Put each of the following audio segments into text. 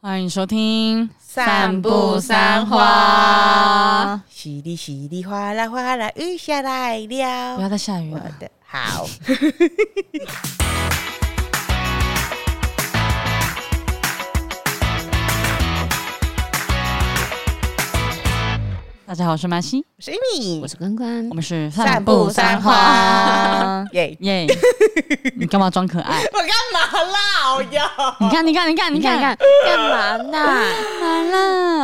欢迎收听《散步三花》，淅沥淅沥哗啦哗啦，雨下来不了。要再下雨我了。的好，大家好，我是马西，我是米我，是关关我，们是嗯散步三花。耶！ 耶！你干嘛装可 爱？我干嘛啦？哎我要你看，你看，你看，你你看看，看干嘛呢？完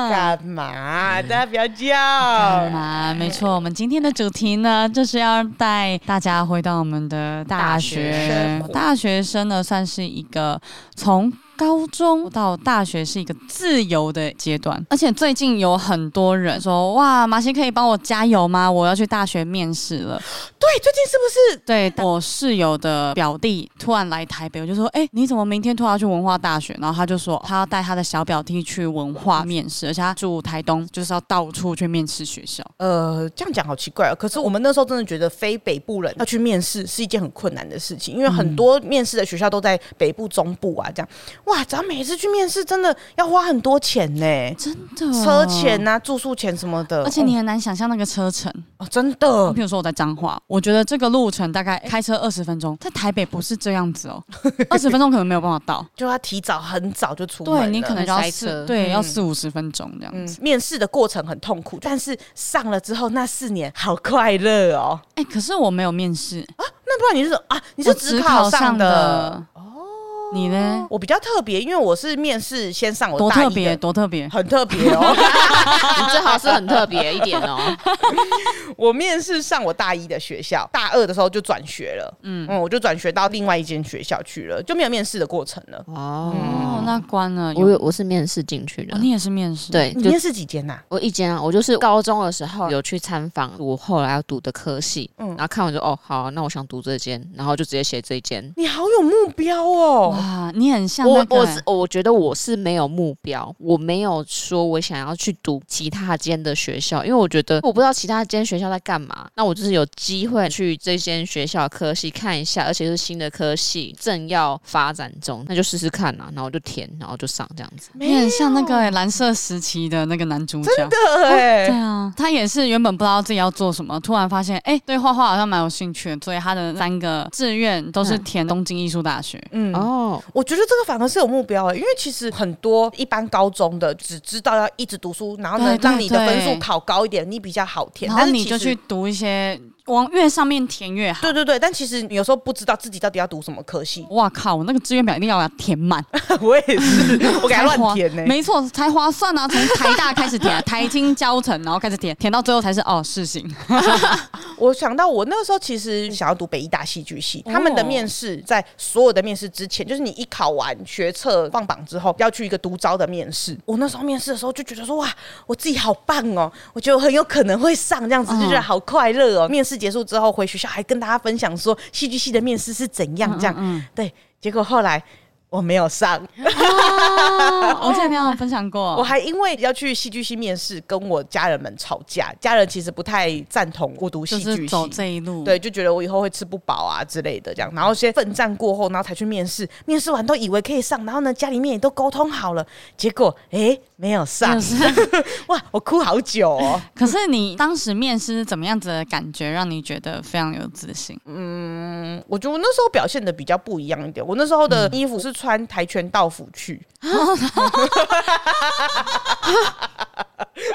了。干嘛？大家不要干叫。嘛？没错，我们今天的主题呢，就是要带大家回到我们的大学。大学生活大学生呢，算是一个从高中到大学是一个自由的阶段，而且最近有很多人说：“哇，马西可以帮我加油吗？我要去大学面试了。”对，最近是不是？对我室友的表弟突然来台北，我就说：“哎、你怎么明天突然要去文化大学？”然后他就说他要带他的小表弟去文化面试，而且他住台东，就是要到处去面试学校。呃，这样讲好奇怪哦。可是我们那时候真的觉得非北部人要去面试是一件很困难的事情，因为很多面试的学校都在北部、中部啊，这样。哇，咱每次去面试真的要花很多钱呢、真的，车钱呐、住宿钱什么的，而且你很难想象那个车程。哦，真的比如说我在彰化，我觉得这个路程大概开车二十分钟，在台北不是这样 子哦，二十分钟可能没有办法到。就要提早很早就出门了。对你可能就要塞四车对、嗯要四五十分钟这样嗯子。，面试的过程很痛苦，但是上了之后那四年好快乐哦。哎、可是我没有面试，那不然你是啊？你我是只考上的？哦，你呢？我比较特别，因为我是面试先上哦我多大一特的别，多特别。很特别哦。你最好是很特别一点哦。我面试上我大一的学校，大二的时候就转学了。嗯我就转学到另外一间学校去了，就没有面试的过程了。哦， 哦，那关了。有我有我是面试进去的哦，你也是面试？，对，欸你就面试几间呐、我一间啊，我就是高中的时候有去参访我后来要读的科系，然后看我就哦好，那我想读这间，然后就直接写这间。你好有目标哦。哇，你很像那我个我是我觉得我是没有目标，我没有说我想要去读其他间的学校，因为我觉得我不知道其他间学校在干嘛。那我就是有机会去这间学校的科系看一下，而且是新的科系正要发展中，那就试试看啊啦、然后我就填，然后就上这样子。你很像那个欸蓝色时期的那个男主角。对欸对，啊，他也是原本不知道自己要做什么，突然发现哎、欸对画画好像蛮有兴趣的，所以他的三个志愿都是填东京艺术大学。嗯哦，我觉得这个反而是有目标诶、欸因为其实很多一般高中的只知道要一直读书，然后呢对对让你的分数对考高一点，你比较好填。然后但是你其就实去读一些往越上面填越好。。对对对，但其实你有时候不知道自己到底要读什么科系 哇靠！我那个志愿表一定要把它填满，我也 是，我给他才划乱填呢、欸没错，才划算啊！从台大开始 填啊，台经、交城，然后开始填，填到最后才是哦，世行。我想到我那个时候其实想要读北医大戏剧系，哦他们的面试在所有的面试之前，就是你一考完学测放榜之后，要去一个独招的面试。我那时候面试的时候就觉得说哇，我自己好棒哦，我觉得我很有可能会上这样子，嗯就觉得好快乐哦。面试结束之后回学校还跟大家分享说戏剧系的面试是怎样 这样，嗯嗯嗯对，结果后来。我没有上， 哦，我记得你好像分享过，我还因为要去戏剧系面试，跟我家人们吵架。家人其实不太赞同我读就戏剧是系，走这一路，对，，就觉得我以后会吃不饱啊之类的，这样，然后先奋战过后，然后才去面试，面试完都以为可以上，然后呢，家里面也都沟通好了，结果诶没有上就，是。 哇，我哭好久哦。可是你当时面试是怎么样子的感觉，让你觉得非常有自信？嗯我觉得我那时候表现的比较不一样一点，我那时候的衣服是穿跆拳道服 去，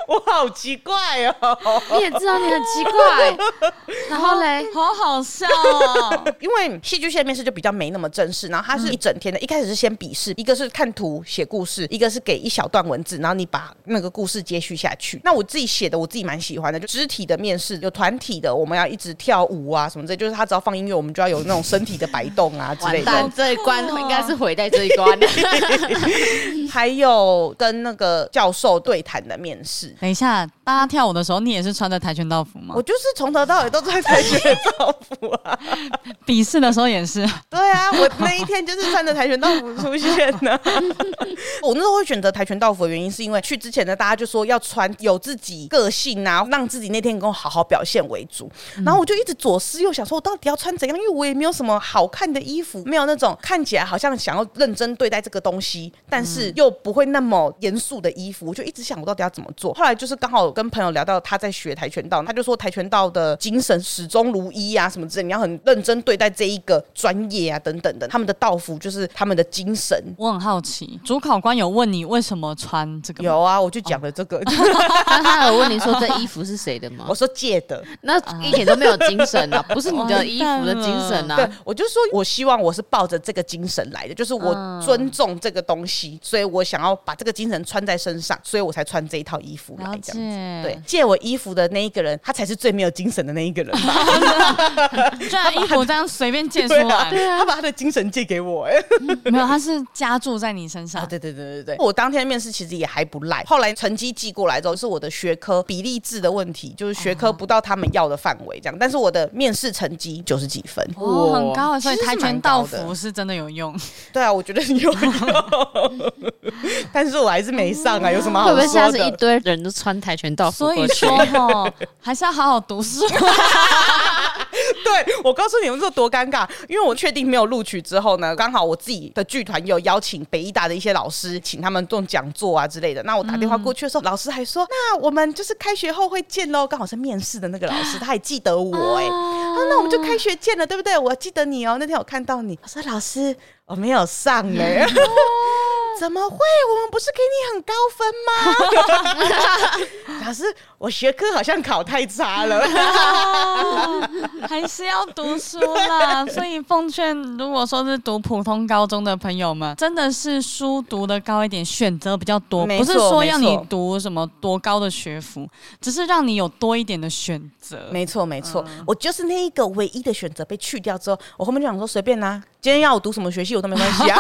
我好奇怪哦，你也知道你很奇 怪，然后嘞，好好笑哦！因为戏剧系的面试就比较没那么正式，然后它是一整天的，一开始是先笔试，一个是看图写故事，一个是给一小段文字，然后你把那个故事接续下去。那我自己写的，我自己蛮喜欢的，就肢体的面试，有团体的，我们要一直跳舞啊什么之类，就是他只要放音乐，我们就要有那种身体的摆动啊之类的完 蛋，。这一关应该是毁在这一关。还有跟那个教授对谈的面试，等一下，大家跳舞的时候，你也是穿着跆拳道服吗我？就是从头到尾都穿跆拳道服啊。比试的时候也是，对啊，我那一天就是穿着跆拳道服出现的。 我那时候会选择跆拳道服的原因，是因为去之前呢，大家就说要穿有自己个性啊，让自己那天能够好好表现为主。然后我就一直左思右想，说我到底要穿怎样？因为我也没有什么好看的衣服，没有那种看起来好像想要认真对待这个东西，但是又不会那么严肃的衣服。我就一直想，我到底要怎么做？后来就是刚好跟朋友聊到他在学跆拳道，他就说跆拳道的精神始终如一啊，什么之类，你要很认真对待这一个专业啊，等等的。他们的道服就是他们的精神。我很好奇，主考官有问你为什么穿这个吗？有啊，我就讲了这个， 那他有问你说这衣服是谁的吗 我？说借的，那一点都没有精神啊，不是你的衣服的精 神对啊。我就说我希望我是抱着这个精神来的，就是我尊重这个东西，所以我想要把这个精神穿在身上，所以我才穿这一套衣服来了这样子。解，对，，借我衣服的那一个人，他才是最没有精神的那一个人吧？居然啊衣服这样随便借出 对啊来，他把他的精神借给我、哎，没有，他是加注在你身上啊，。对对对对对，我当天面试其实也还不赖。后来成绩寄过来之后，是我的学科比例制的问题，就是学科不到他们要的范围这样，但是我的面试成绩九十几分。哦，很高啊，所以其实跆是拳蛮道高的服是真的有用。对啊，我觉得有用， 但是我还是没上啊，有什么好会不会下说次 一的？堆哦人都穿跆拳道服所以过去？ 说哈，还是要好好读书。对我告诉你们这多尴尬，因为我确定没有录取之后呢，刚好我自己的剧团有邀请北医大的一些老师，请他们做讲座啊之类的。那我打电话过去的时候，老师还说：“那我们就是开学后会见喽。”刚好是面试的那个老师，他还记得我哎、他说：“那我们就开学见了，对不对？我记得你哦，那天我看到你。”我说：“老师，我没有上哎、 怎么会？我们不是给你很高分吗？老师，我学科好像考太差了。 还是要读书啦。所以奉劝，如果说是读普通高中的朋友们，真的是书读的高一点，选择比较多，没不错是说要没你错读什么多高的学府，只是让你有多一点的选择。没错，没错，我就是那一个唯一的选择被去掉之后，我后面就想说随便啦、今天要我读什么学系我都没关系啊，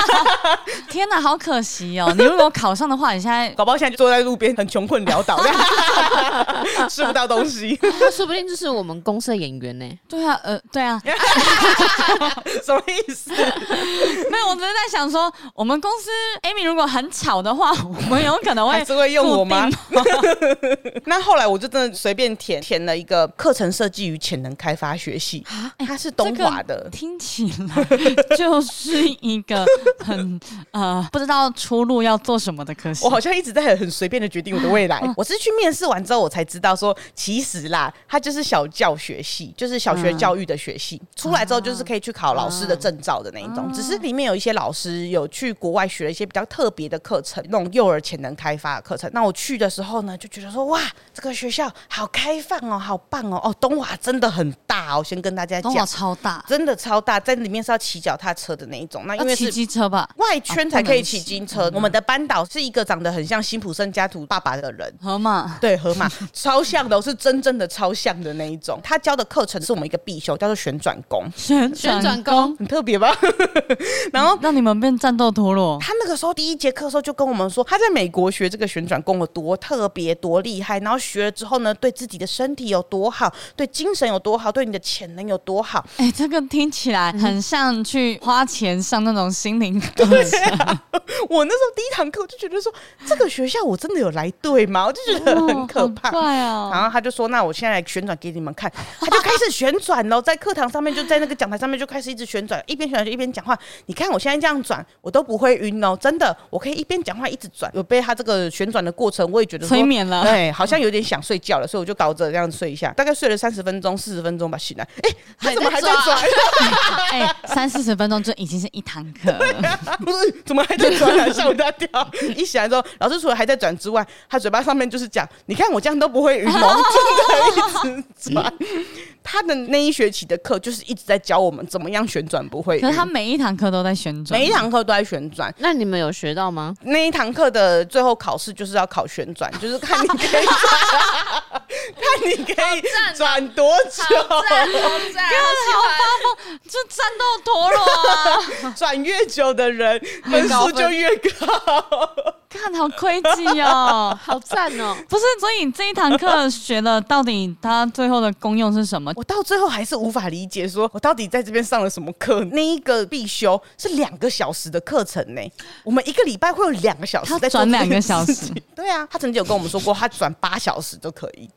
天哪，好可惜哦！你 如果考上的话，你现在搞不好现在就坐在路边很穷困潦倒，这样 吃不到东西，那说不定就是我们公司的演员呢、对啊，呃，对啊，什么意思？没有，我只是在想说，我们公司 Amy 如果很吵的话，我们有可能会还是会用我吗固定？ 那后来我就真的随便填填了一个课程设计与潜能开发学系，它是东华啊哎这个 的。听起来就是一个很呃不知道出路要做什么的科系我。好像一直在很很随便的决定我的未来。嗯我是去面试完之后，我才知道说，其实啦，它就是小教学系，就是小嗯学教育的学系。出来之后，就是可以去考老师的证照的那一种。只嗯是里面有一些老师有去国外学了一些比较特别的课程，那种幼儿潜能开发的课程。那我去的时候呢，就觉得说，哇，这个学校好开放哦，好棒哦，哦，东华真的很大哦。先跟大家东华讲，超大，真的超大，在里面是要骑脚踏车的那一种。那因要为骑是机车吧？外圈才可以啊不骑能骑金车。我们的班导是一个长得很像辛普森家族爸爸的人。河马对，河马 超像的哦，是真正的超像的那一种。他教的课程是我们一个必修，叫做旋转功，旋旋转转弓弓，很特别吧？然后让你们变战斗陀螺。 他那个时候第一节课的时候就跟我们说，他在美国学这个旋转功有多特别、多厉害，然后学了之后呢，对自己的身体有多好，对精神有多好，对你的潜能有多好。 哎、这个听起来很像去花钱上那种心灵课 对啊，我那时候第一堂课我就觉得说，这个学校我真的有来对吗？我就觉得很可怕。怪哦。啊然后他就说：“那我现在来旋转给你们看。” 他就开始旋转喽，在课堂上面就在那个讲台上面就开始一直旋转，一边旋转就一边讲话。你看我现在这样转，我都不会晕哦，真的，我可以一边讲话一直转。有被他这个旋转的过程，我也觉 得说催眠了对，好像有点想睡觉了，所以我就搞着这样睡一下，大概睡了三十分钟、四十分钟吧，醒来，哎，他怎么还在还在啊转？哎、三四十分钟就已经是一堂课了，不 是，怎么还在转啊？吓我一大跳！一醒来之后，老师除了还在转之外，他嘴巴上面就是讲：“你看我这样都不会晕哦，真的一直转。”他 的那一学期的课就是一直在教我们怎么样旋转不会晕可是他每一堂课都在旋转，每一堂课都在旋转。那你们有学到吗？那一堂课的最后考试就是要考旋转，就是看你可以 看你可以转多久，啊就战斗 陀螺啊！转越久的人分数就越高。看干好亏己哦。 好赞哦！不是，所以这一堂课学了到底它最后的功用是什么？我到最后还是无法理解，说我到底在这边上了什么课？那一个必修是两个小时的课程呢、我们一个礼拜会有两个小时他在做转这两个件事小时情。对啊，他曾经有跟我们说过，他转八小时就可以。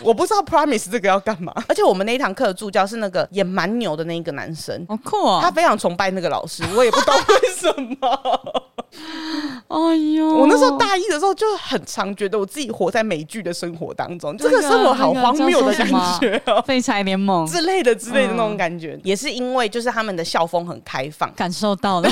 我不知道 Promise 这个要干嘛，而且我们那一堂课的助教是那个也蛮牛的那一个男生，好酷哦！他非常崇拜那个老师，我也不 懂为什么。哎呦，我那时 候大一的时候就很常觉得我自己活在美剧的生活当中，这那个生活好啊荒谬的感觉哦、废柴联盟。之类的之类的那种感觉，也是因为就是他们的校风很开放感受到了，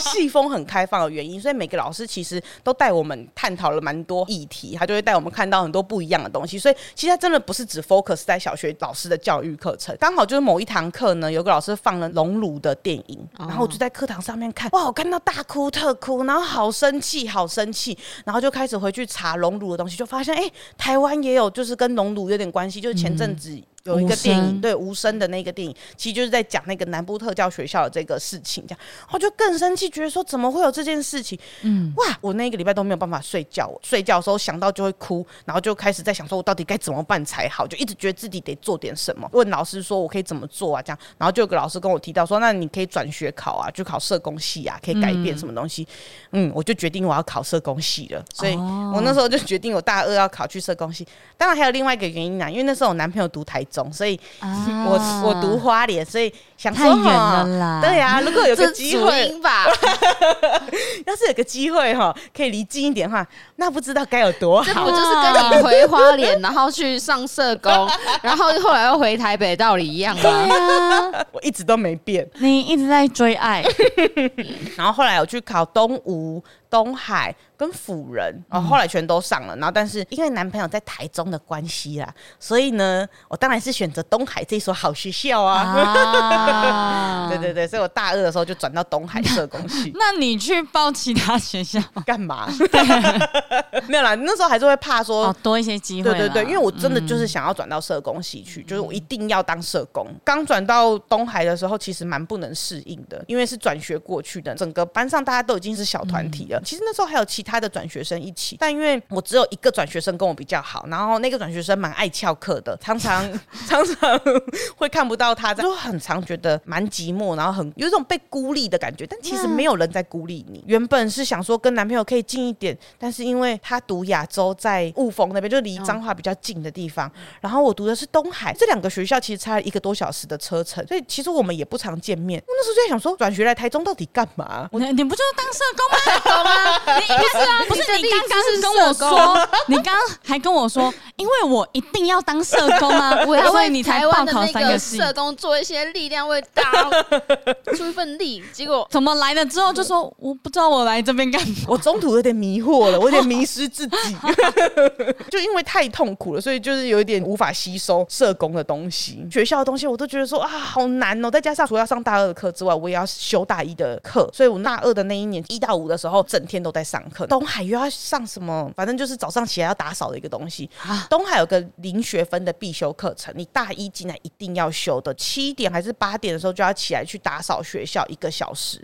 系风很开放的原因，所以每个老师其实都带我们探讨了蛮多议题，他就会带我们看到很多不一样的东西。所以其实他真的不是只 focus 在小学老师的教育课程，刚好就是某一堂课呢，有个老师放了《熔炉》的电影，然后我就在课堂上面看，哇，我看到大哭特哭，然后好生气，好生气，然后就开始回去查《熔炉》的东西，就发现哎、诶台湾也有就是跟《熔炉》有点关系，就是前阵子。有一嗯无个声电影，对无声的那个电影，其实就是在讲那个南部特教学校的这个事情，这样我就更生气，觉得说怎么会有这件事情？嗯，哇，我那一个礼拜都没有办法睡觉，我睡觉的时候想到就会哭，然后就开始在想说我到底该怎么办才好，就一直觉得自己得做点什么，问老师说我可以怎么做啊？这样，然后就有个老师跟我提到说，那你可以转学考啊，去考社工系啊，可以改变什么东西。嗯我就决定我要考社工系了，所以哦我那时候就决定我大二要考去社工系。当然还有另外一个原因啊，因为那时候我男朋友读台中，所以我、我读花莲，所以想说啊太远哈了啦对呀、如果有个这机主会，音 吧， 要是有个机会哈，可以离近一点的话，那不知道该有多这好不。就是跟你回花莲，然后去上社 工，然后后来又回台北道理一样吗？对啊， 我一直都没变。你一直在追 爱，然后后来我去考东吴、东海跟辅仁，嗯哦，后来全都上了。然后但是因为男朋友在台中的关系啦，所以呢，我当然是选择东海这所好学校啊。啊。对对对，所以我大二的时候就转到东海社工系 那你去报其他学校干 嘛？没有啦，那时候还是会怕说哦，多一些机会啦。嗯对对对，因为我真的就是想要转到社工系去，就是我一定要当社工。刚转到东海的时候，其实蛮不能适应的，因为是转学过去的，整个班上大家都已经是小团体嗯了。其实那时候还有其他的转学生一起，但因为我只有一个转学生跟我比较好，然后那个转学生蛮爱翘课的，常常 常常会看不到他在，就很常觉得蛮寂寞，然后很有一种被孤立的感觉。但其实没有人在孤立你。原本是想说跟男朋友可以近一点，但是因为他读亚洲在雾峰那边，就离彰化比较近的地方，然后我读的是东海，这两个学校其实差了一个多小时的车程，所以其实我们也不常见面。我那时候就在想说，转学来台中到底干嘛？你你不就是当社工吗？ 懂吗？你不是啊，不你的是你立刚志刚是跟我社工说，你刚刚还跟我说，因为我一定要当社工 啊，我要所以为你才台报湾的考那三个系。社工做一些力量，为大 家出一份力。结果怎么来了之后就说我不知道我来这边干嘛？我中途有点迷惑了，我有点迷失自己， 就因为太痛苦了，所以就是有一点无法吸收社工的东西、学校的东西，我都觉得说啊，好难哦。再加上除了要上大二的课之外，我也要修大一的课，所以我大二的那一年一到五的时候，整天都在上课。东海又要上什么，反正就是早上起来要打扫的一个东西。东海有个零学分的必修课程，你大一进来一定要修的，七点还是八点的时候就要起来去打扫学校一个小时。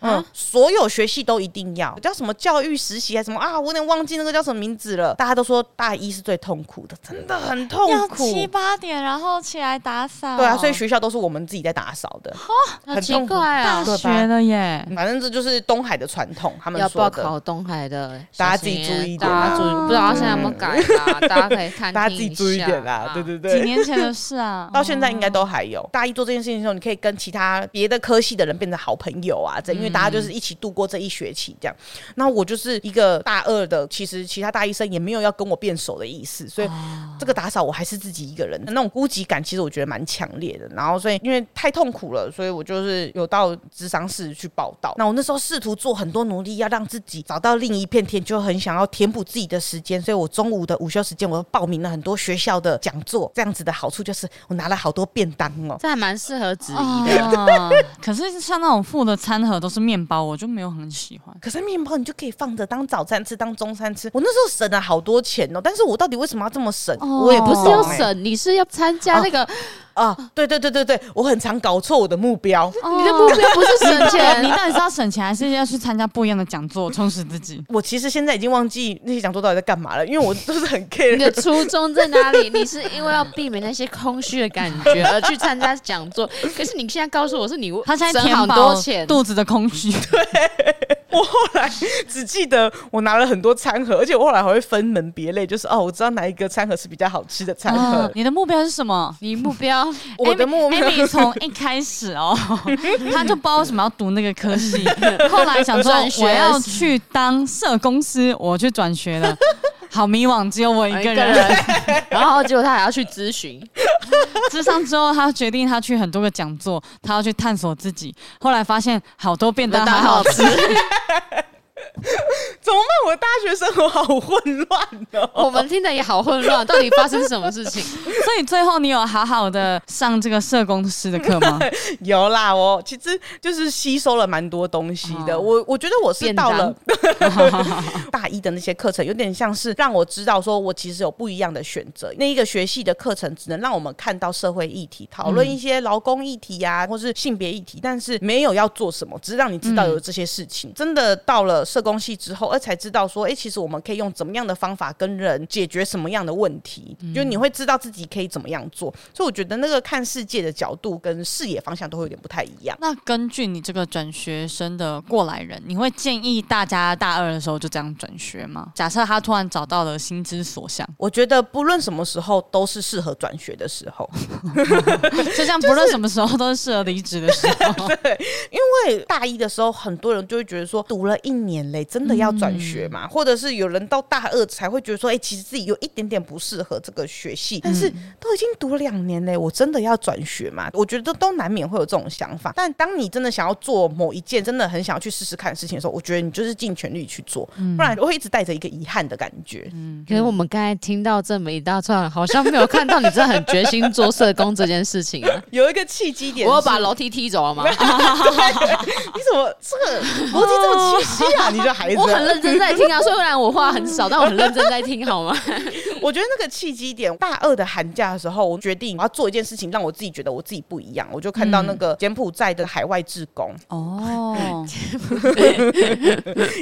嗯，所有学系都一定要叫什么教育实习还是什么啊？我有点忘记那个叫什么名字了。大家都说大一是最痛苦的，真嗯的很痛要苦。七八点，然后起来打扫。对啊，所以学校都是我们自己在打扫的，哦好很奇痛苦怪大啊，对吧学了耶，反正这就是东海的传统，他们要说报的。考东海的大家小自己青注年意一点大啊家注意，不知道他现在有没有改啦，大家可以看，大家自己注意一点啊啦，啊对。对几对。年前的事啊 ，到现在应该都还有。大一做这件事情的时候，你可以跟其他别的科系的人变成好朋友啊，这因为大家就是一起度过这一学期这样。那我就是一个大二的，其实其他大一生也没有要跟我变熟的意思，所以这个打扫我还是自己一个人，那种孤寂感其实我觉得蛮强烈的。然后所以因为太痛苦了，所以我就是有到智商室去报道。那我那时候试图做很多努力，要让自己找到另一片天，就很想要填补自己的时间，所以我中午的午休时间，我又报名了很多学校的讲座。这样子的好处就是我拿了好多便当哦。这还蛮适合子怡的，啊，可是像那种附的餐盒都是面包，我就没有很喜欢。可是面包你就可以放着当早餐吃，当中餐吃。我那时候省了好多钱哦，但是我到底为什么要这么省？哦我也不不懂不是要欸省，你是要参加那个啊，对对对对对，我很常搞错我的目标。你的目哦标不是省你钱，到底是要省钱，还是要去参加不一样的讲座，充实自己？我其实现在已经忘记那些讲座到底在干嘛了，因为我 都是 很 care 你的初衷在哪里？ 你是因为要避免那些空虚的感觉而去参加讲座，可是你现在告诉我是你 他现在省好填饱多钱，肚子的空虚，我后来 只记得我拿了很多餐盒，而且我后来还会分门别类，就是哦，我知道哪一个餐盒是比较好吃的餐盒。啊你的目标是什么？你目标我的目标 Amy 从一开始 哦，他就不知道为什么要读那个科 系，后来想说哎转学我要去当社公司，我去转学 了，好迷惘，只有我一个人。， 然后结果他还要去咨询，智商之后，他决定他去很多个讲座，他要去探索自己。后来发现好多便当便还当好好吃，怎么办？我大学生活好混乱哦！我们听的也好混乱，到底发生什么事情？所以最后你有好好的上这个社公司的课吗？ 有啦，我其实就是吸收了蛮多东西的。哦我我觉得我是便到了当 大一的那些课程，有点像是让我知道说我其实有不一样的选择。那一个学系的课程只能让我们看到社会议题，讨论一些劳工议题呀、或是性别议题，但是没有要做什么，只是让你知道有这些事情。真的到了社工系之后，而才知道说，哎、其实我们可以用怎么样的方法跟人解决什么样的问题，就你会知道自己可以怎么样做。所以我觉得那个看世界的角度跟视野方向都会有点不太一样。那根据你这个转学生的过来人，你会建议大家大二的时候就这样转学吗？假设他突然找到了心之所向，我觉得不论什么时候都是适合转学的时候。就像不论什么时候都是适合离职的时候， 因为大一的时候，很多人就会觉得说，读了一年嘞，真的要转学嘛？或者是有人到大二才会觉得说，哎、其实自己有一点点不适合这个学嗯系，但是都已经读了两年嘞，我真的要转学嘛？我觉得都难免会有这种想法。但当你真的想要做某一件真的很想要去试试看的事情的时候，我觉得你就是尽全力去做，嗯不然我会一直带着一个遗憾的感觉。可是我们刚才听到这么一大串，好像没有看到你真的很决心做社工这件事情啊！有一个契机点是，我要把楼梯踢走了吗？你怎么这个逻辑这么清晰 啊？你这孩子，我很认真在听啊，虽然我话很少，但我很认真在听，好吗？ 我觉得那个契机点，大二的寒假的时候，我决定我要做一件事情，让我自己觉得我自己不一样。我就看嗯到那个柬埔寨的海外志工、哦，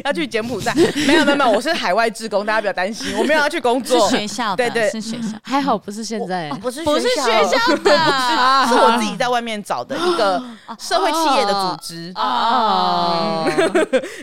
要去柬埔寨，没有没有没有，我是海外志工，大家不要担心，我没有要去工是作。学校的，对对是 学校。还好哦不是现在、我不是不是学校的，是啊我自己在外面找的一个哦社会企业的组织，哦，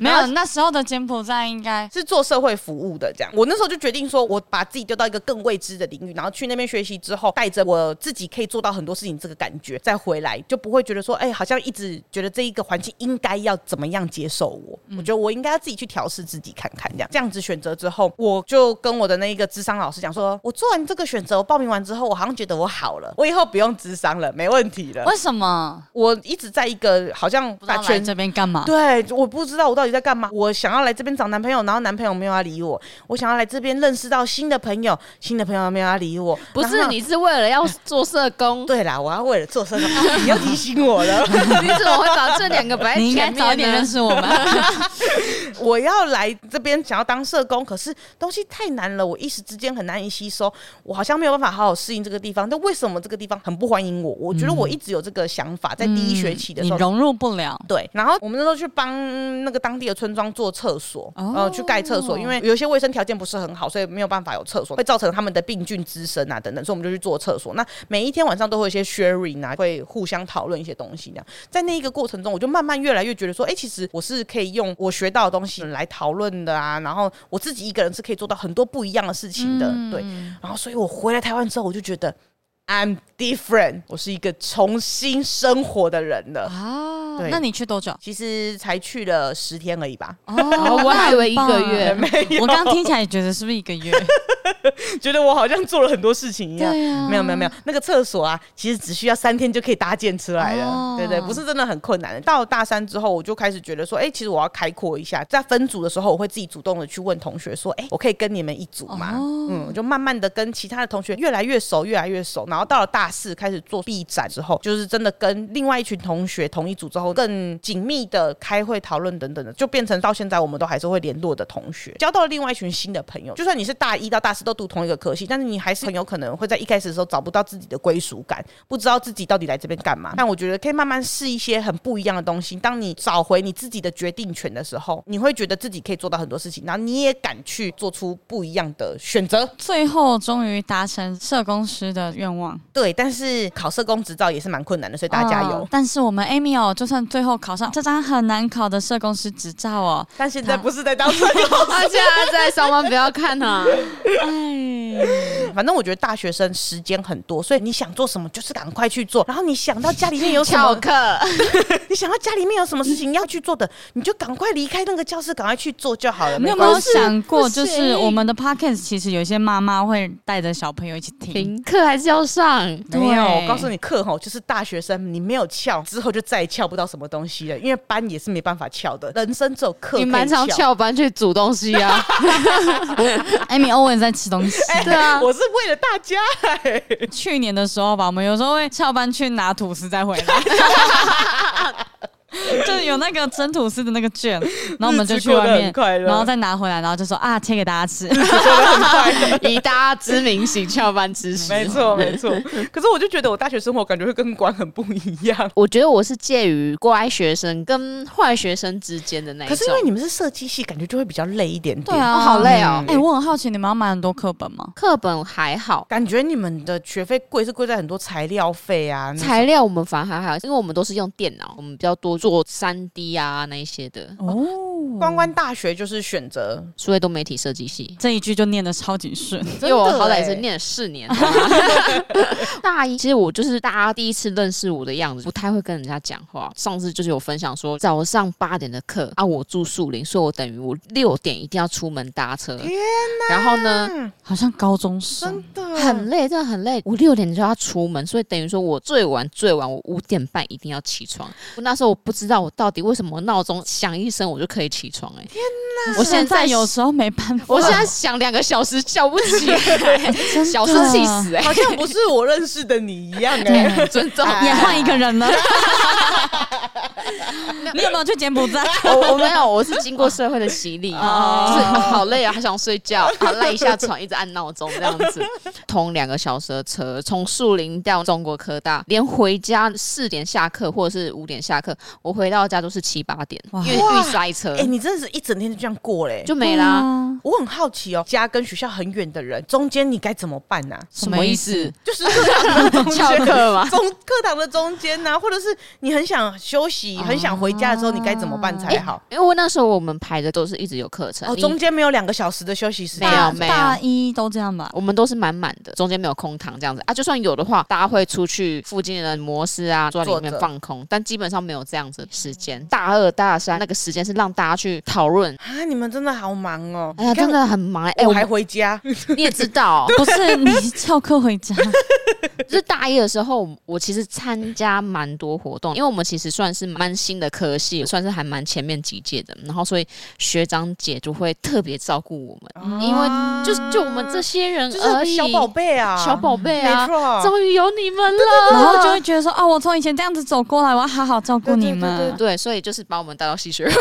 没有那时候的柬埔寨应该是做社会服务的。这样，我那时候就决定说，我把自己丢到一个更未知的领域，然后去那边学习之后，带着我自己可以做到很多事情这个感觉再回来，就不会觉得说，哎、好像一直觉得这一个环境应该要怎么样接受我。嗯我觉得我应该要自己去调试自己看看，这样这样子选择之后，我就跟我的那一个智商老师讲说，我做完这个选择，我报名完之后，我好像觉得我好了，我以后不用智商了，没问题了。为什么我一直在一个好像不知把道来全这边干嘛？对，我不知道我到底在干嘛。我想要来这边找男朋友，然后男朋友没有要理我；我想要来这边认识到新的朋友，新的朋友没有要理我。不然是后你是为了要做社工， 对啦，我要为了做生意， 你又提醒我了。 你怎么会把这两个摆在你应该前早一面点认呢？识我们。我要来这边想要当社工，可是东西太难了，我一时之间很难以吸收，我好像没有办法好好适应这个地方。但为什么这个地方很不欢迎我？我觉得嗯我一直有这个想法， 在第一学期的嗯你时候，融入不了，对，然后我们那时候去帮那个当地的村庄做厕所，哦呃，去盖厕所，因为有一些卫生条件不是很好，所以没有办法有厕所，会造成他们的病菌滋生啊等等，所以我们就去做厕所。那每一天晚上都会有一些 sharing 啊，会互相讨论一些东西。这样，在那一个过程中，我就慢慢越来越觉得说，哎、其实我是可以用我学到的东西来讨论的啊，然后我自己一个人是可以做到很多不一样的事情的，对。然后，所以我回来台湾之后，我就觉得 I'm different，我是一个重新生活的人了。啊对那你去多久？其实才去了十天而已吧，哦，哦我还以为一个月那很棒 我刚刚听起来也觉得是不是一个月？觉得我好像做了很多事情一样。对啊没有没有没有，那个厕所啊，其实只需要三天就可以搭建出来了。哦对对，不是真的很困难的。到了大三之后，我就开始觉得说，哎、其实我要开阔一下。在分组的时候，我会自己主动的去问同学说，哎、我可以跟你们一组吗？哦嗯，就慢慢的跟其他的同学越来越熟，越来越熟。然后到了大四开始做 B 展之后，就是真的跟另外一群同学同一组之后，更紧密的开会讨论等等的，就变成到现在我们都还是会联络的同学，交到了另外一群新的朋友。就算你是大一到大师都读同一个科系，但是你还是很有可能会在一开始的时候找不到自己的归属感，不知道自己到底来这边干嘛。但我觉得可以慢慢试一些很不一样的东西。当你找回你自己的决定权的时候，你会觉得自己可以做到很多事情，然后你也敢去做出不一样的选择。最后终于达成社工师的愿望，对，但是考社工执照也是蛮困难的，所以大家加油哦。但是我们 Amy 哦，就算最后考上这张很难考的社工师执照哦，但现在不是在当社工， 大家在上班不要看啊！ 哎，反正我觉得大学生时间很多，所以你想做什么就是赶快去做。然后你想到家里面有什翘么，课，你想到家里面有什么事情要去做的，你就赶快离开那个教室，赶快去做就好了。你有没关有系想过，不行就是我们的 podcast 其实有一些妈妈会带着小朋友一起听，停课还是要上。对没有，我告诉你，课吼就是大学生，你没有翘之后就再也翘不到什么东西了，因为班也是没办法翘的，人生只有课可以你蛮常翘。翘班去煮东西啊？ ，Amy always 在吃东西。哎 对啊，我是为了大家，去年的时候吧，我们有时候会翘班去拿吐司再回来。 就是有那个蒸吐司的那个卷，然后我们就去外日子过得很面，快乐啊然后再拿回来，然后就说啊，切给大家吃。以大家知名型翘班之实。没错 没错。可是我就觉得我大学生活感觉会跟管很不一样。我觉得我是介于乖学生跟坏学生之间的那一可种。是因为你们是设计系，感觉就会比较累一点点。 对啊，哦好累哦哎、我很好奇，你们要买很多课本吗？课本还好，感觉你们的学费贵是贵在很多材料费啊，那材料我们反而还好，因为我们都是用电脑，我们比较多做三 D 啊那一些的，嗯哦，关关大学就是选择，数位多媒体设计系。这一句就念的超级顺。因为我真的好歹也欸是念了四年，啊 大一其实我就是大家第一次认识我的样子，不太会跟人家讲话。上次就是有分享说，早上八点的课啊，我住树林，所以我等于我六点一定要出门搭车。天然后呢， 好像高中生，的很累，真的很累。我六点就要出门，所以等于说我最晚最晚我五点半一定要起床。我那时候我不知道我到底为什么闹钟响一声我就可以起床、欸，哎，我现在在有时候没办法，我现在想两个小时叫不起来，小事气 死、欸，好像不是我认识的你一 样哎、 对尊重。也换一个人 了。你有没有去柬埔寨？ 我我没 有，我是经过社会的洗礼，就是好累啊，好想睡觉，好赖一下床，一直按闹钟这样子，通两个小时的车，从树林到中国科大，连回家四点下课或者是五点下课，我回到家都是七八点，因为遇塞车哎、你真的是一整天就这样过嘞、就没啦。啊，我很好奇哦，家跟学校很远的人，中间你该怎么办呢、啊？什么意思？？ 就是课堂的中翘间，啊课吗？中课堂的中间呐、或者是你很想休哦息、很想回家的时候，你该怎么办才好？因为我那时候我们排的都是一直有课程，哦，你中间没有两个小时的休息时间没，有没有啊大一都这样吧？我们都是满满的，中间没有空堂这样子啊。就算有的话，大家会出去附近的摩斯啊，坐在里坐面着放空，但基本上没有这样子的时间。大二、大三那个时间是让大家去讨论。啊，你们真的好忙哦！哎呀，你看真的很忙哎、哎我我还们回家， 你也知道，不是你翘课回 家，就是大一的时候，我其实参加蛮多活动，因为我们其实算是蛮新的科系，算是还蛮前面几届的，然后所以学长姐就会特别照顾我们，因为就就我们这些人啊就是而个已，小宝、贝啊，小宝贝没啊，错，终于有你们了。然后就会觉得说啊，我从以前这样子走过来，我要好好照顾你对对们。对，所以就是把我们带到戏学会。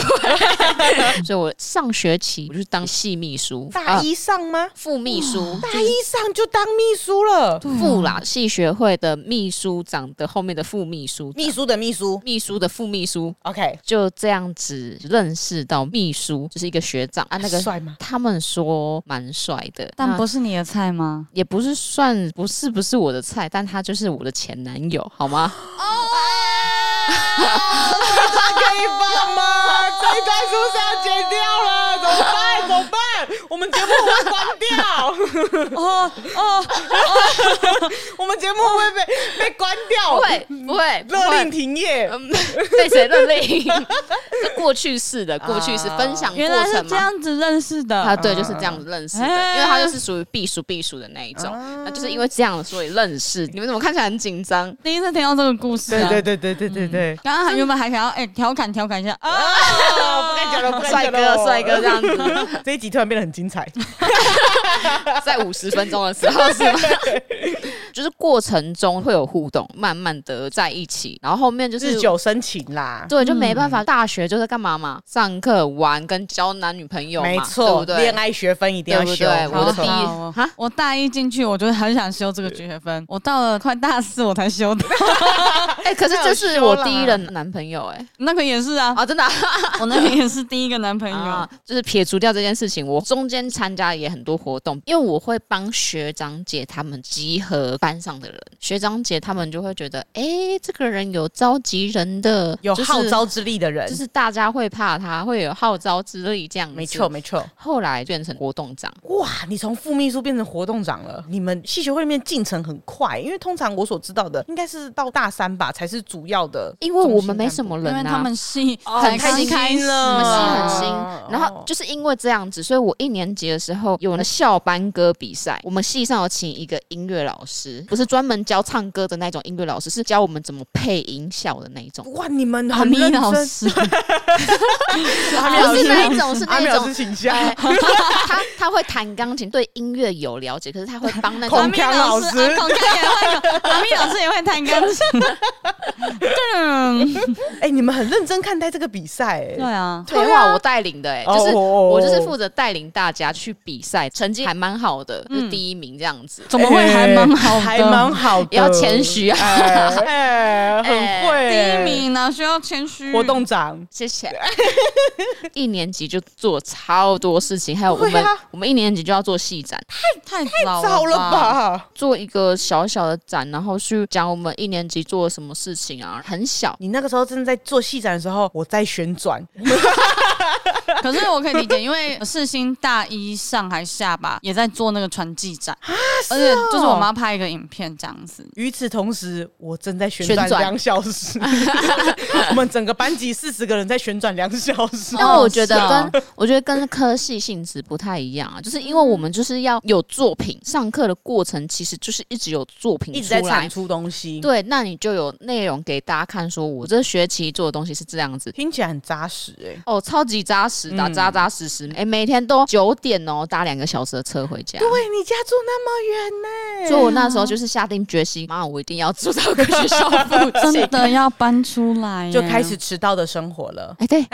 所以我上学期我就当系秘书，大呃一上吗？副秘书，大一上就当秘书了，副啦，系学会的秘书长的后面的副秘书长，秘书的秘书。秘书的副秘书， OK，就这样子认识到秘书，就是一个学长啊，那个帅吗？他们说蛮帅的，但那不是你的菜 吗？也不是算不是不是我的菜，但他就是我的前男友，好吗？可以放吗？这一段是不是要剪掉了？怎么办？怎么办？我们节目会不会关 掉，哦哦，我们节目会不会被被关掉，不 会不会，不勒令会。停业。嗯，被谁认领？ 是过去式的，过去式啊分享过原来是程这嘛。样子认识的。他对就是这样子认识的，哎因为他就是属于避暑避暑的那一种，那就是啊因为这样所以认识。你们怎么看起来很紧张？第一次听到这个故事啊，对对对对对对。刚刚还原本还想要哎调侃调侃一下啊，啊！不该敢讲了，不敢帅讲了哥，帅哥这样子，这一集突然变得很精彩。在五十分钟的时候是吗？ 就是过程中会有互动，慢慢的在一起，然后后面就是日久嗯生情啦，对，就没办法。大学就是干嘛嘛？上课、玩跟交男女朋友嘛，没错，对不对恋？爱学分一定对要不修。对？我的好第一好好哈，我大一进去，我就很想修这个学分，我到了快大四我才修的，哎，可是这是我第一任男朋友，哎， 那个也是啊，啊，真的啊我那个也是第一个男朋友啊。，就是撇除掉这件事情，我中间参加也很多活动，因为我会帮学长姐他们集合班上的人，学长姐他们就会觉得，哎，这个人有召集人的，有就是号召之力的人就，是大家会怕他，会有号召之力这样子。没错，没错。后来变成活动长，哇，你从副秘书变成活动长了，你们系学会里面进程很快，因为通常我所知道的应该是到大三吧才是主要的中心干因部，为我们没什么因人为啊，他们系哦很开刚心开始了很新啊很新哦，然后就是因为这样子，所以我一年级的时候有了校班歌比赛。我们系上有请一个音乐老师，不是专门教唱歌的那种音乐老师，是教我们怎么配音效的那一种。哇，你们阿很咪认老真，师，不阿啊米老师不啊是那一种，是阿那米一老种师。请下哎， 他他会弹钢琴，对音乐有了解，可是他会帮那阿种孔咪锵老老师师，啊孔锵也会，阿咪老师也会弹钢琴。嗯，哎，你们很认真看待这个比赛，哎对啊，对话我带领的、哎、就是哦我就是负责带领大家去比赛，成绩还蛮好的，就嗯第一名这样子。呃怎么会还啊蛮好的？还蛮好的，也要谦虚啊哎，哎很会第一哎名呢，需要谦虚。活动长，谢谢。 一年级就做超多事情，还有我们、对啊我们一年级就要做戏展，太早糟了吧？吧？做一个小小的展，然后去讲我们一年级做了什么事情啊，很小。你那个时候正在做戏展的时候，我在旋转， 可是我可以理解，因为世新大一上还下吧，也在做那个传记展，啊而且哦就是我妈拍一个影片这样子。与此同时，我正在旋旋转转两小时。我们整个班级四十个人在旋转两小时。但我觉得是啊跟、我觉得跟科系性质不太一样啊，就是因为我们就是要有作品，上课的过程其实就是一直有作品一直出在来产。出东西，对，那你就有内容给大家看，说我这学期做的东西是这样子，听起来很扎实哎、哦，超级扎实的啊，嗯扎扎实实。哎、每天都九点哦，搭两个小时的车回家。对啊你家住那么远呢、所以我那时候就是下定决心，妈，我一定要住到个学校附 近真。的要搬出来耶，就开始迟到的生活 了， 哎，对，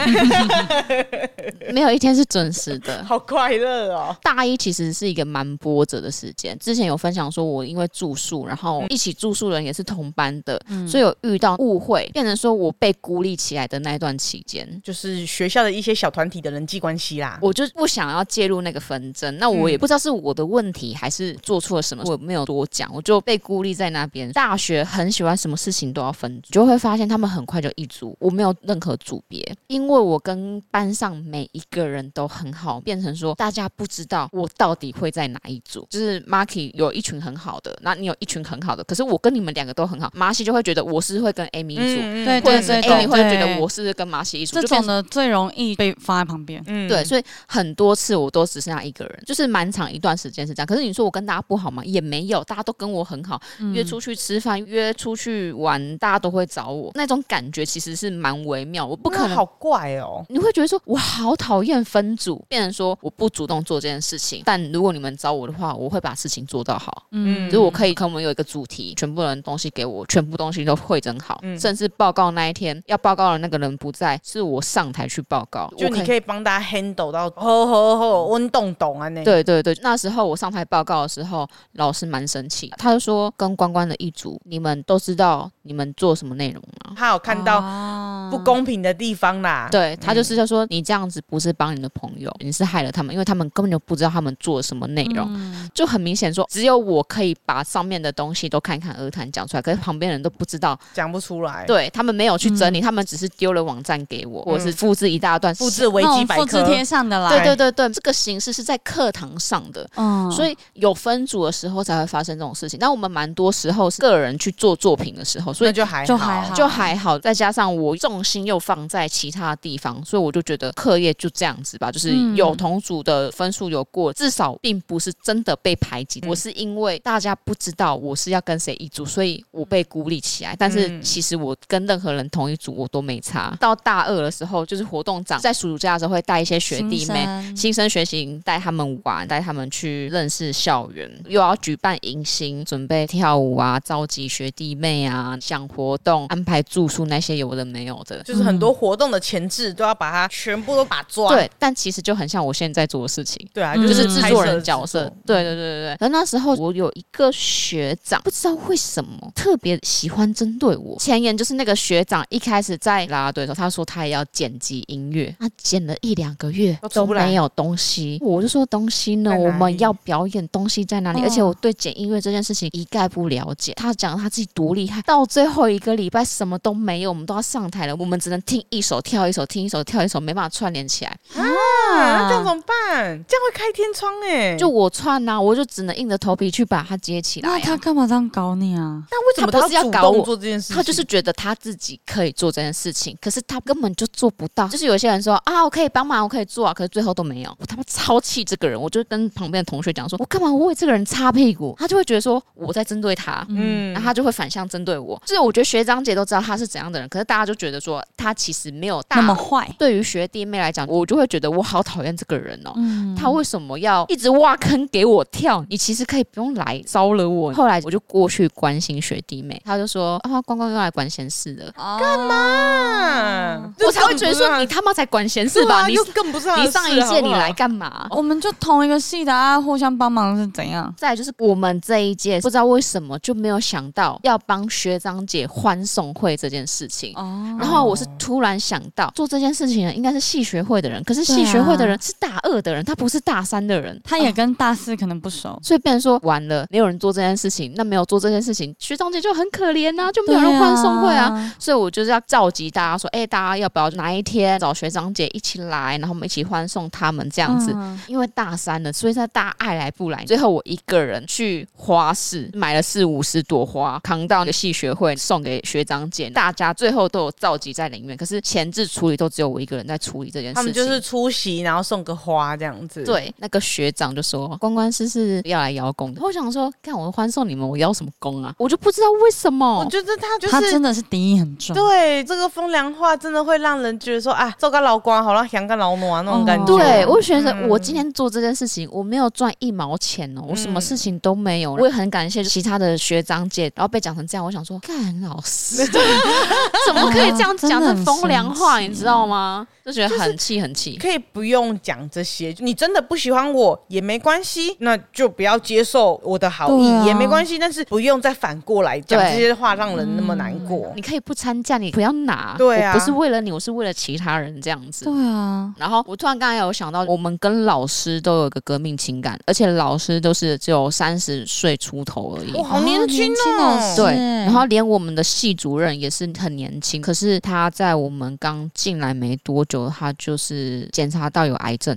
没有一天是准时的。好快乐哦！大一其实是一个蛮波折的时间，之前有分享说，我因为住宿，然后一起住宿的人也是同班的，所以有遇到误会，变成说我被孤立起来的那一段期间， 就是学校的一些小团体的人际关系啦。我就不想要介入那个纷争，那嗯我也不知道是我的问题还是做错了什么，我没有多讲，我就被孤立在那边。大学很喜欢什么事情都要分组，就会发现他们很快就一组，我没有任何组别，因为我跟班上每一个人都很好，变成说大家不知道我到底会在哪一组。就是 Marky 有一群很好的，那你有一群很好的，可是我跟你们两个都很好，马西就会觉得我是会跟 Amy 一组，嗯对或对者是对 Amy 对会觉得对我是跟马西一组，这就变种成的最容易被放在旁边。嗯对，所以很多次我都只剩下一个人，就是蛮长一段时间是这样。可是你说我跟大家不好吗？也没有，大家都跟我很好，约嗯出去吃饭、约出去玩，大家都会找我，那种感觉其实是蛮微妙。我不可那能好，怪哦。你会觉得说我好讨厌分组，变成说我不主动做这件事情。但如果你们找我的话，我会把事情做到好。嗯，就是我可以，可能我们有一个主题，全部人东西给我，全部东西都汇整好，嗯甚至报告那一天要报告的那个人不在，是我上台去报告，嗯就我可你以可以帮大家 handle 到，吼吼吼，温动懂啊那。对对对，那时候我上台报告的时候，老师蛮生气，他就说跟关关的一组，你们都知道你们做什么内容吗？他有看嗯到哦到不公平的地方啦。对他就是就说你这样子不是帮你的朋友，你是害了他们，因为他们根本就不知道他们做了什么内容，就很明显说只有我可以把上面的东西都侃侃而谈讲出来，可是旁边人都不知道，讲不出来。对他们没有去整理，他们只是丢了网站给我，我是复制一大段复制维那基种百复制科，贴上的啦。对对对对，这个形式是在课堂上的，嗯，所以以有分组的时候才会发生这种事情。那我们蛮多时候是个人去做作品的时候，所那以就还就还好好就还好。再加上我重重心又放在其他地方，所以我就觉得课业就这样子吧，就是嗯有同组的分数有过，至少并不是真的被排挤。嗯我是因为大家不知道我是要跟谁一组，所以我被孤立起来。但是嗯其实我跟任何人同一组我都没差。到大二的时候，就是活动长在暑假的时候会带一些学弟妹，妹新生学习营带他们玩，带他们去认识校园，又要举办迎新，准备跳舞啊，召集学弟妹啊，想活动，安排住宿那些有的没有的。就是很多活动的前置都要把它全部都把抓。嗯对，但其实就很像我现在做的事情。对啊，嗯就是拍摄制作人制角作嗯色，对对对对对。然后那时候我有一个学长，不知道为什么特别喜欢针对我。前言就是那个学长一开始在啦啦队的时候，他说他也要剪辑音乐，他剪了一两个月都出都不来没有东西。我就说东西呢在，哪我们里要表演东西在哪里？哦而且我对剪音乐这件事情一概不了解。他讲他自己多厉害，到最后一个礼拜什么都没有，我们都要上台了，我们只能听一首跳一首，听一首跳一首，没办法串联起来。啊，那这样怎么办？这样会开天窗哎、就我串呐、我就只能硬着头皮去把它接起来、那他啊。干嘛这样搞你啊？那为什么他不是要要主搞动我做这件事情？他就是觉得他自己可以做这件事情，可是他根本就做不到。就是有些人说啊，我可以帮忙，我可以做啊，可是最后都没有。我他妈超气这个人，我就跟旁边的同学讲说，我干嘛我为这个人擦屁股？他就会觉得说我在针对他，嗯，然后他就会反向针对我。就是我觉得学长姐都知道他是怎样的人，可是大家就觉得说他其实没有大那么坏，对于学弟妹来讲，我就会觉得我好讨厌这个人哦。嗯，他为什么要一直挖坑给我跳？你其实可以不用来招惹我。后来我就过去关心学弟妹，他就说啊，光光又来管闲事了。干啊，这嗯我才会觉更得不说是你他他妈才管闲事吧？对啊你又更不是他的你上事一好届不你好来干嘛？哦我们就同一个系的啊，互相帮忙是怎样？再来就是我们这一届不知道为什么就没有想到要帮学长姐欢送会这件事情。哦，然后我是突然想到做这件事情的应该是系学会的人，可是系学会的人是大二的人，他不是大三的人，他也跟大四可能不熟，所以变成说完了，没有人做这件事情，那没有做这件事情，学长姐就很可怜呐、啊就没有人欢送会啊。对啊。所以我就是要召集大家说，哎、大家要不要哪一天找学长姐一起来，然后我们一起欢送他们这这样子。因为大三了，所以在大家爱来不来。最后我一个人去花市买了四五十朵花，扛到系学会送给学长姐，大家最后都有召集在里面。可是前置处理都只有我一个人在处理这件事情。他们就是出席，然后送个花这样子。，对，那个学长就说关关是是要来邀功的。我想说，看我欢送你们，我邀什么功啊？我就不知道为什我么。觉得他就他是真。的是敌意很重，对这个风凉话，真的会让人觉得说啊，这个老光好像香港老啊暖那种感觉。哦对，我觉得嗯我今天做这件事情，我没有赚一毛钱哦，我什嗯么事情都没有。我也很感谢其他的学长姐，然后被讲成这样，我想说，干老 师怎么可以这样真讲的这很风凉生话，气你知道 吗？就觉得很气，很气。可以不用讲这些，你真的不喜欢我也没关系，那就不要接受我的好意、对啊也没关系，但是不用再反过来讲对这些话，让人那么难过。你可以不参加，你不要拿。对我啊不是为了你，我是为了其他人这样子。对啊，然后我突然刚才有想到，我们跟老师都有一个革命情感，而且老师都是只有三十岁出头而已。哇，好年轻哦哦！对，是然后连我们的系主任也是很年轻，可是他在我们刚进来没多久，他就是检查到有癌症，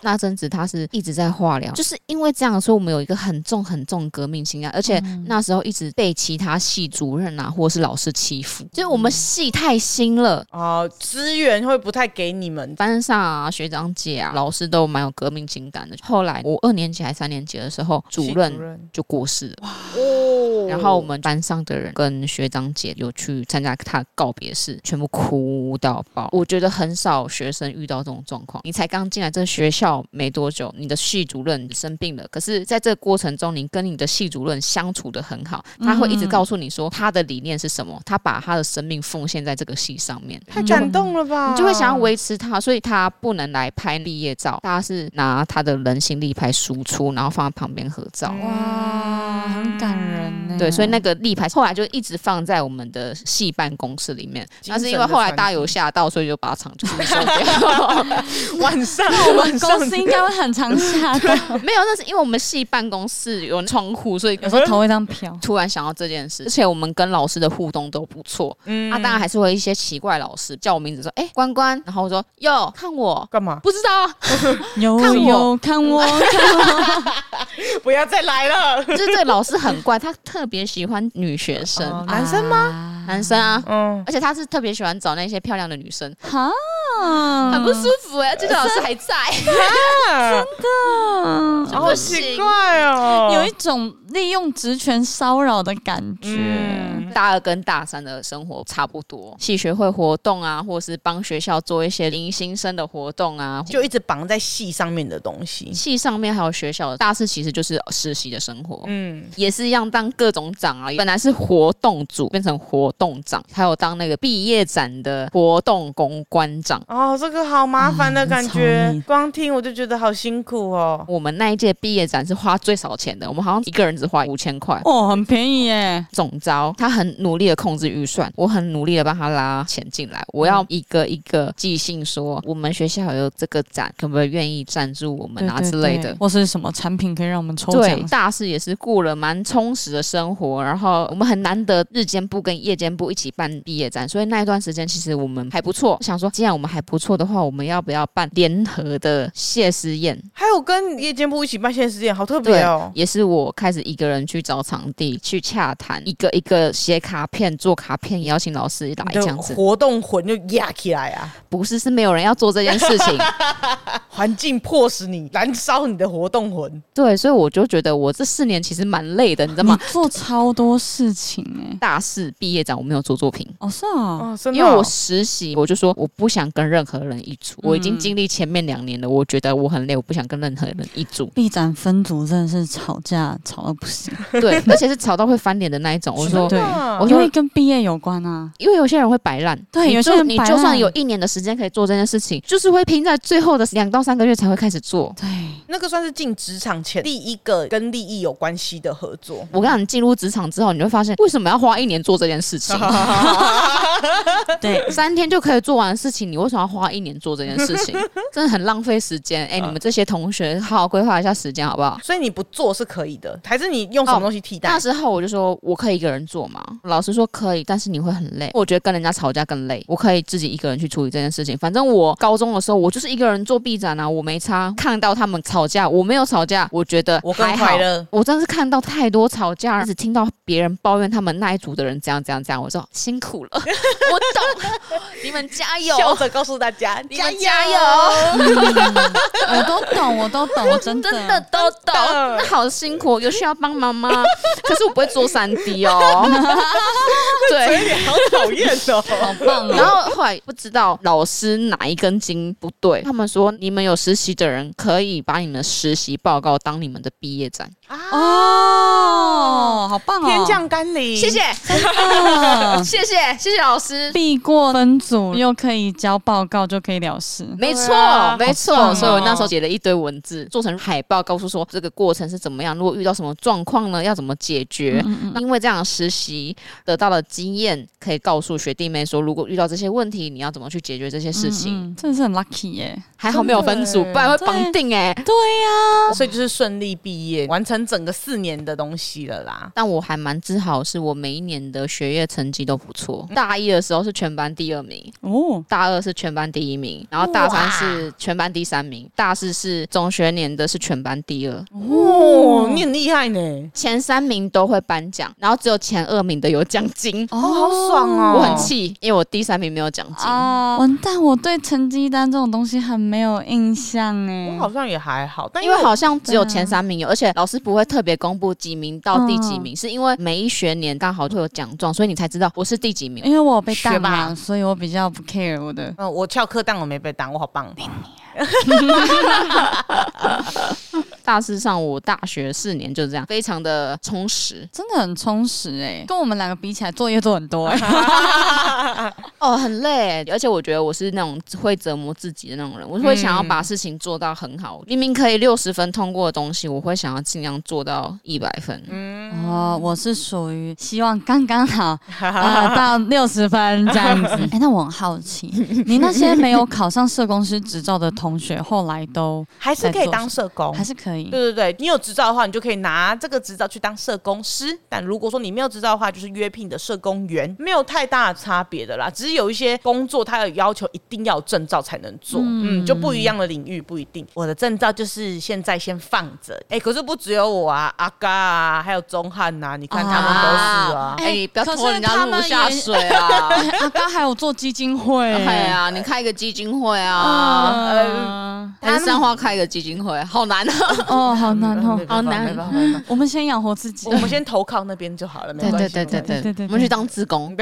那阵子他是一直在化疗，就是因为这样，所以我们有一个很重很重的革命情感，而且那时候一直被其他系主任啊或是老师欺负，就是我们系太新了，哦，资源会不太给你们。班上啊、学长姐啊、老师都蛮有革命情感的。后来我二年级还三年级的时候，主系主任任就过世了，哦然后我们班上的人跟学长姐有去参加他的告别式，全部哭到爆。我觉得很少学生遇到这种状况。你才刚进来这学校没多久，你的系主任生病了，可是在这个过程中，你跟你的系主任相处的很好，他会一直嗯告诉你说他的理念是什么，他把他的生命奉献在这个系上面。太感动了吧？你就会想要维持它，所以它不能来拍毕业照，大家是拿他的人形立牌输出，然后放在旁边合照。嗯哇，很感人呢。对，所以那个立牌后来就一直放在我们的系办公室里面，精神的但是因为后来大家有吓到，所以就把它藏就是收掉。晚上，晚上公司应该会很常 下的， 没有，那是因为我们系办公室有窗户，所以有时候头会这样飘。突然想到这件事，而且我们跟老师的互动都不错。嗯啊，当然还是会有一些奇怪老师叫我名字说，哎、关关，然后我说哟，看我，干嘛？不知道，有看我有看我看我，不要再来了。 就是这个老师很怪，他特别喜欢女学生、哦啊男生吗啊男生啊，嗯，而且他是特别喜欢找那些漂亮的女生，哈，很不舒服哎、这个老师 还在，嗯就好不啊奇行。怪哦，有一种利用职权骚扰的感觉。嗯大二跟大三的生活差不多，系学会活动啊，或是帮学校做一些迎新生的活动啊，就就一直绑在戏上面的东西。系上面还有学校的。大四其实就是实习的生活，嗯，也是一样当各种长啊，本来是活动组变成活动长，还有当那个毕业展的活动公关长。哦，这个好麻烦的啊感很觉吵，光听我就觉得好辛苦哦。我们那一届毕业展是花最少钱的，我们好像一个人只花五千块。哦，很便宜耶！总招他很努力的控制预算，我很努力的帮他拉钱进嗯来。我要一个一个寄信说，我们学校有这个展，可不可以愿意赞助我们啊对对之类对的。或是什么产品可以让我们抽对，奖？大四也是过了蛮充实的生活，然后我们很难得日间部跟夜间部一起办毕业展，所以那一段时间其实我们还不错。想说，既然我们还不错的话，我们要不要办联合的谢师宴？还有跟夜间部一起办现实店，好特别对哦，。也是我开始一个人去找场地，去洽谈，一个一个写卡片、做卡片，邀请老师来你这的样子。活动魂就压起来啊！不是，是没有人要做这件事 情。环境迫使你燃烧你的活动魂，对，所以我就觉得我这四年其实蛮累的，你知道吗？你做超多事情哎！大四毕业展我没有做作品。哦，是啊，。哦，真的因哦、为我实习，我就说我不想跟任何人一组。我已嗯经经历前面两年了，我觉得我很累，我不想跟任何人一组毕展分组真的是吵架吵到不行，对， 而且是吵到会翻脸的那一种。我说，对啊我因就为跟毕业有关啊。因为有些人会摆烂，对你有些就人你摆就算烂有一年的时间可以做这件事情，就是会拼在最后的两到三个月才会开始做。对，那个算是进职场前第一个跟利益有关系的合 作。我跟你讲，你进入职场之后，你会发现为什么要花一年做这件事 情？ 对，三天就可以做完的事情，你为什么要花一年做这件事 情？真的很浪费时间。哎、你们这些同学，好好规划一下时间好不好？所以你不做是可以的，还是你用什么东西替代？哦那时候我就说，我可以一个人做嘛。老师说可以，但是你会很累。我觉得跟人家吵架更累，我可以自己一个人去处理这件事情。反正我高中的时候，我就是一个人做 B 展啊，我没差。看到他们吵架，我没有吵架，我觉得我更还快好。乐。我真的是看到太多吵架，只听到别人抱怨他们那一组的人怎样怎样怎样，我说辛苦了，我懂，你们 加油，笑着告诉大家，你们加加油！油，我都懂，我都懂，我真的真的都懂，那好辛苦，有需要帮忙吗？可是我不会做三 D 哦，对。 好讨厌哦！好 棒然哦！后后来不知道老师哪一根筋不对，他们说你们有实习的人可以把你们的实习报告当你们的毕业展。啊，哦，好棒哦！天降甘霖，谢谢，啊谢谢，谢谢老师。避过分组，又可以交报告，就可以了事。没对啊错，没错，好棒哦所以我那时候写了一堆文字，做成海报，告诉说这个过程是怎么样，如果遇到什么状况呢，要怎么解决。那因为这样的实习得到了经验，可以告诉学弟妹说，如果遇到这些问题，你要怎么去解决这些事情。嗯嗯真的是很 lucky 耶！还好没有分组，真的耶不然会绑定哎、对呀、所以就是顺利毕业，完成整个四年的东西了啦。但我还蛮自豪，是我每一年的学业成绩都不错。大一的时候是全班第二名，哦，大二是全班第一名，然后大哇三是全班第三名，大四是总学年的是全班第二。哦，你很厉害呢，前三名都会颁奖，然后只有前二名的有奖金。哦，好爽哦！我很气，因为我第三名没有奖金。啊！完蛋，我对成绩单这种东西很没有印象哎我。好像也还嗯好，但因为我好像只有对啊前三名有，而且老师不会特别公布几名到第几嗯名，是因为每一学年刚好会有奖状，所以你才知道我是第几名。因为我有被当学霸嘛，所以我比较不 care 我的。嗯，我翘课，但我没被挡，我好棒。哦大致上，我大学四年就这样，非常的充实真的很充实哎、跟我们两个比起来，作业都很多哎、哦，很累，而且我觉得我是那种会折磨自己的那种人，我会想要嗯把事情做到很好，明明可以六十分通过的东西，我会想要尽量做到一百分。嗯哦，我是属于希望刚刚 好，呃，到 六十分这样子。哎、那我很好奇，你那些没有考上社工师执照的同学后来都还是可以当社工还。是可以对。对对，你有执照的话，你就可以拿这个执照去当社工师。但如果说你没有执照的话，就是约聘的社工员，没有太大的差别的啦。只是有一些工作，它有要求一定要有证照才能做，嗯就不一样的领域不一定。我的证照就是现在先放着，哎，可是不只有我啊，阿嘎啊，还有钟汉呐、你看他们都是啊。哎、你不要可是拖人家他入们下也水 啊！阿刚还有做基金会，哎呀，你开一个基金会啊，嗯呃啊，还是三花开一个基金会，好难啊！哦，好难哦没，好办法难没办法 没办法我们先养活自己嗯我。们先投靠那边就好了，没对关对系。对没关对系对对对对，我们去当志工，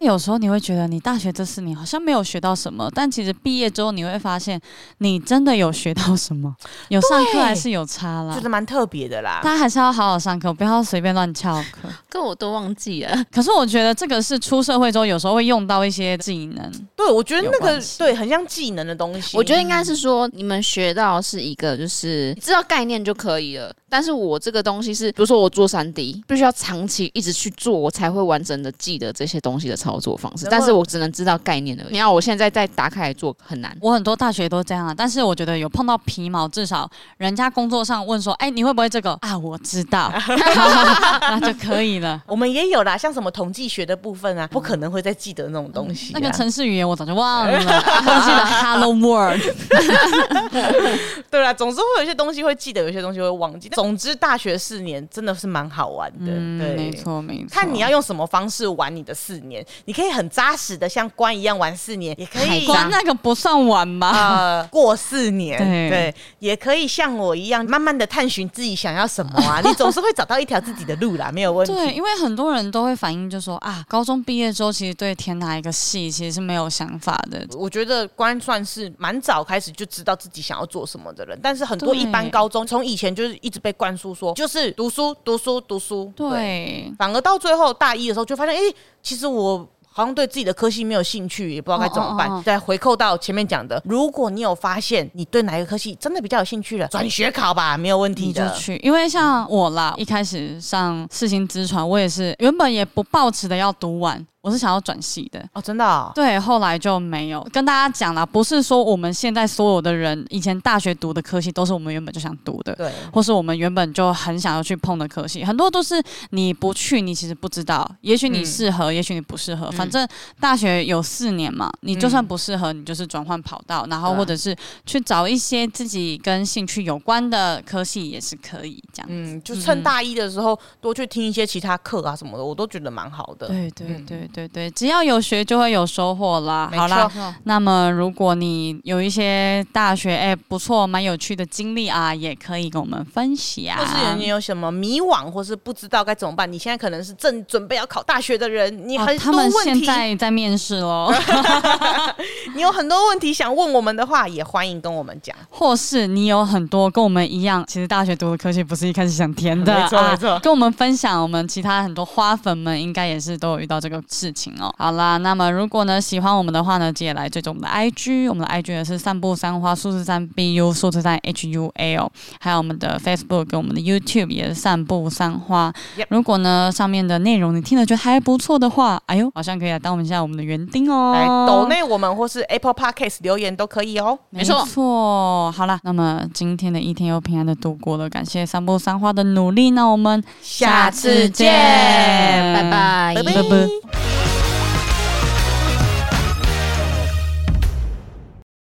有时候你会觉得你大学这四年好像没有学到什么，但其实毕业之后你会发现，你真的有学到什么，有上课还是有差啦就。是蛮特别的啦。大家还是要好好上课，不要随便乱翘课。跟我都忘记了。可是我觉得这个是出社会之后有时候会用到一些技能，对，我觉得那有个关系对很像技能的东西。我觉得应该是说，你们学到是一个就是知道概念就可以了。但是我这个东西是，比如说我做三 D，必须要长期一直去做，我才会完整的记得这些东西的操作方式。然后但是我只能知道概念而已。你要我现在再打开来做很难。我很多大学都这样啊，但是我觉得有碰到皮毛，至少人家工作上问说，哎、你会不会这个啊？我知 道， 那就可以了。我们也有啦，像什么统计学的部分啊，不可能会再记得那种东西、啊嗯那个城市语言我早就忘了，忘记了 Hello World。 对啦，总是会有一些东西会记得，有一些东西会忘记。总之，大学四年真的是蛮好玩的，嗯，对，没。错没错。看你要用什么方式玩你的四年，你可以很扎实的像关一样玩四年，也可太以扎关那个不算晚吧？呃过四年，对对，也可以像我一样慢慢的探寻自己想要什么啊，你总是会找到一条自己的路啦，没有问题。 对，因为很多人都会反映，就说啊，高中毕业之后，其实对填哪一个系其实是没有想法的。我觉得关算是蛮早开始就知道自己想要做什么的人，但是很多对一般高中从以前就是一直被灌输说就是读书读书读书，对，反而到最后大一的时候就发现，哎、其实我。好像对自己的科系没有兴趣，也不知道该怎么办。哦哦哦再回扣到前面讲的，如果你有发现你对哪个科系真的比较有兴趣了，转学考吧，没有问题你就的。去，因为像我啦，一开始上四星之船，我也是原本也不抱持的要读完，我是想要转系的。哦，真的哦、对，后来就没有跟大家讲啦，不是说我们现在所有的人以前大学读的科系都是我们原本就想读的，对，或是我们原本就很想要去碰的科系，很多都是你不去，你其实不知道。也许你嗯适合，也许你不适合。嗯反正大学有四年嘛，你就算嗯不适合，你就是转换跑道，然后对啊或者是去找一些自己跟兴趣有关的科系也是可以这样。嗯，就趁大一的时候多去听一些其他课啊什么的，我都觉得蛮好的。嗯对对对对对，只要有学就会有收获啦。没啊好啦，错，那么如果你有一些大学哎、不错蛮有趣的经历啊，也可以跟我们分享。或是你有什么迷惘，或是不知道该怎么办？你现在可能是正准备要考大学的人，你哦很他多们问现题，在在面试 喽。你有很多问题想问我们的话，也欢迎跟我们讲。或是你有很多跟我们一样，其实大学读的科系不是一开始想填的，没错啊没错跟我们分享，我们其他很多花粉们应该也是都有遇到这个事情哦。好啦，那么如果呢喜欢我们的话呢，记得来追踪我们的 IG，我们的 IG 也是散步三花数字三 BU 数字三 HUL，还哦有我们的 Facebook 跟我们的 YouTube 也是散步三花。 Yep 如果呢上面的内容你听了觉得还不错的话，哎呦，好像可以来当我们一下我们的园丁哦，来抖内我们或是 Apple Podcast 留言都可以哦。没错错好啦，那么今天的一天又平安的度过了，感谢三波三花的努力，那我们下次见拜拜，拜拜拜拜。